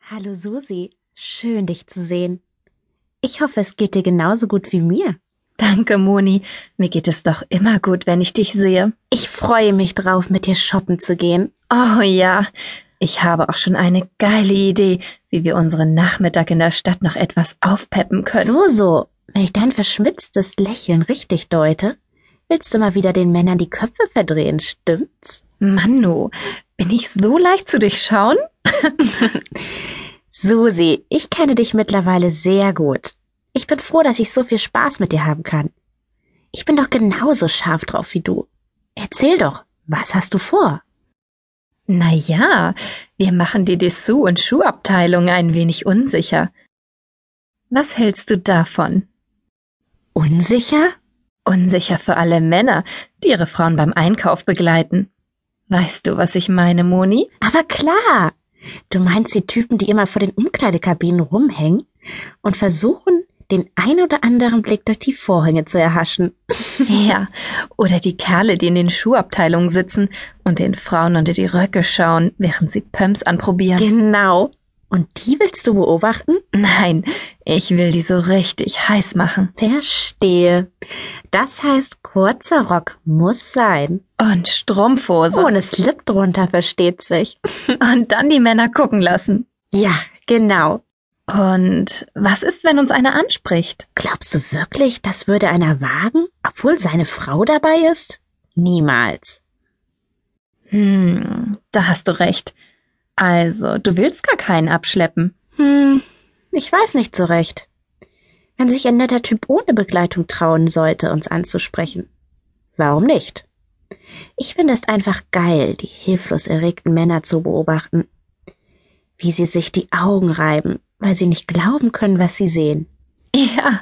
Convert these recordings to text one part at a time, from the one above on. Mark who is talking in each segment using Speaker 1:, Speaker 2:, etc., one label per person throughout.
Speaker 1: Hallo Susi, schön dich zu sehen. Ich hoffe, es geht dir genauso gut wie mir.
Speaker 2: Danke, Moni. Mir geht es doch immer gut, wenn ich dich sehe.
Speaker 1: Ich freue mich drauf, mit dir shoppen zu gehen.
Speaker 2: Oh ja, ich habe auch schon eine geile Idee, wie wir unseren Nachmittag in der Stadt noch etwas aufpeppen können.
Speaker 1: So, so, wenn ich dein verschmitztes Lächeln richtig deute, willst du mal wieder den Männern die Köpfe verdrehen, stimmt's?
Speaker 2: Manu, bin ich so leicht zu durchschauen?
Speaker 1: Susi, ich kenne dich mittlerweile sehr gut. Ich bin froh, dass ich so viel Spaß mit dir haben kann. Ich bin doch genauso scharf drauf wie du. Erzähl doch, was hast du vor?
Speaker 2: Na ja, wir machen die Dessous- und Schuhabteilung ein wenig unsicher. Was hältst du davon?
Speaker 1: Unsicher?
Speaker 2: Unsicher für alle Männer, die ihre Frauen beim Einkauf begleiten. Weißt du, was ich meine, Moni?
Speaker 1: Aber klar. Du meinst die Typen, die immer vor den Umkleidekabinen rumhängen und versuchen, den ein oder anderen Blick durch die Vorhänge zu erhaschen.
Speaker 2: Ja, oder die Kerle, die in den Schuhabteilungen sitzen und den Frauen unter die Röcke schauen, während sie Pumps anprobieren.
Speaker 1: Genau. Und die willst du beobachten?
Speaker 2: Nein, ich will die so richtig heiß machen.
Speaker 1: Verstehe. Das heißt, kurzer Rock muss sein.
Speaker 2: Und Strumpfhose.
Speaker 1: Ohne Slip drunter versteht sich.
Speaker 2: Und dann die Männer gucken lassen.
Speaker 1: Ja, genau.
Speaker 2: Und was ist, wenn uns einer anspricht?
Speaker 1: Glaubst du wirklich, das würde einer wagen, obwohl seine Frau dabei ist? Niemals.
Speaker 2: Hm, da hast du recht. Also, du willst gar keinen abschleppen.
Speaker 1: Hm, ich weiß nicht so recht. Wenn sich ein netter Typ ohne Begleitung trauen sollte, uns anzusprechen. Warum nicht? Ich finde es einfach geil, die hilflos erregten Männer zu beobachten. Wie sie sich die Augen reiben, weil sie nicht glauben können, was sie sehen.
Speaker 2: Ja,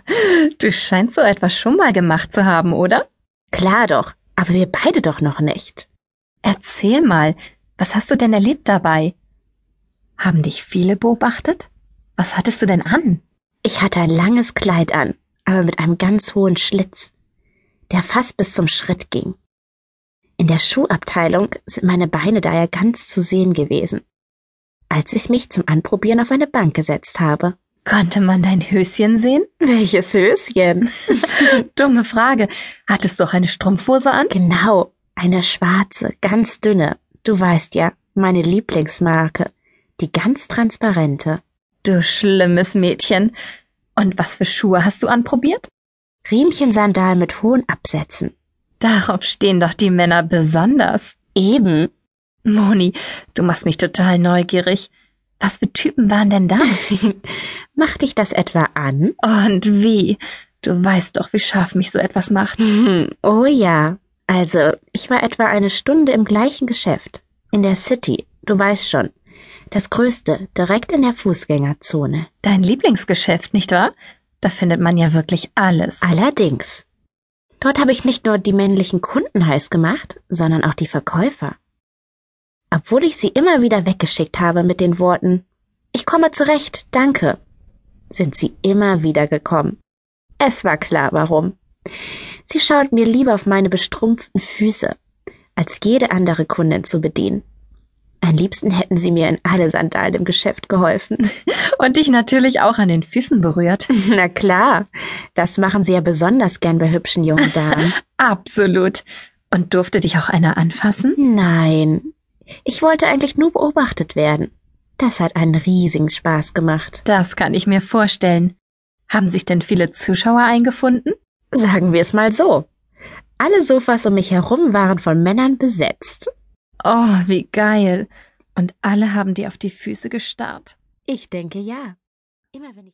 Speaker 2: du scheinst so etwas schon mal gemacht zu haben, oder?
Speaker 1: Klar doch, aber wir beide doch noch nicht.
Speaker 2: Erzähl mal, was hast du denn erlebt dabei? Haben dich viele beobachtet? Was hattest du denn an?
Speaker 1: Ich hatte ein langes Kleid an, aber mit einem ganz hohen Schlitz, der fast bis zum Schritt ging. In der Schuhabteilung sind meine Beine daher ganz zu sehen gewesen, als ich mich zum Anprobieren auf eine Bank gesetzt habe.
Speaker 2: Konnte man dein Höschen sehen?
Speaker 1: Welches Höschen?
Speaker 2: Dumme Frage. Hattest du auch eine Strumpfhose an?
Speaker 1: Genau, eine schwarze, ganz dünne. Du weißt ja, meine Lieblingsmarke, die ganz transparente.
Speaker 2: Du schlimmes Mädchen. Und was für Schuhe hast du anprobiert?
Speaker 1: Riemchensandalen mit hohen Absätzen.
Speaker 2: Darauf stehen doch die Männer besonders.
Speaker 1: Eben.
Speaker 2: Moni, du machst mich total neugierig. Was für Typen waren denn da?
Speaker 1: Macht dich das etwa an?
Speaker 2: Und wie? Du weißt doch, wie scharf mich so etwas macht.
Speaker 1: oh ja. Also, ich war etwa eine Stunde im gleichen Geschäft. In der City. Du weißt schon. Das größte, direkt in der Fußgängerzone.
Speaker 2: Dein Lieblingsgeschäft, nicht wahr? Da findet man ja wirklich alles.
Speaker 1: Allerdings. Dort habe ich nicht nur die männlichen Kunden heiß gemacht, sondern auch die Verkäufer. Obwohl ich sie immer wieder weggeschickt habe mit den Worten Ich komme zurecht, danke, sind sie immer wieder gekommen. Es war klar warum. Sie schaut mir lieber auf meine bestrumpften Füße, als jede andere Kundin zu bedienen. Am liebsten hätten sie mir in alle Sandalen im Geschäft geholfen.
Speaker 2: Und dich natürlich auch an den Füßen berührt.
Speaker 1: Na klar, das machen sie ja besonders gern bei hübschen jungen Damen.
Speaker 2: Absolut. Und durfte dich auch einer anfassen?
Speaker 1: Nein, ich wollte eigentlich nur beobachtet werden. Das hat einen riesigen Spaß gemacht.
Speaker 2: Das kann ich mir vorstellen. Haben sich denn viele Zuschauer eingefunden?
Speaker 1: Sagen wir es mal so. Alle Sofas um mich herum waren von Männern besetzt.
Speaker 2: Oh, wie geil. Und alle haben dir auf die Füße gestarrt.
Speaker 1: Ich denke ja. Immer wenn ich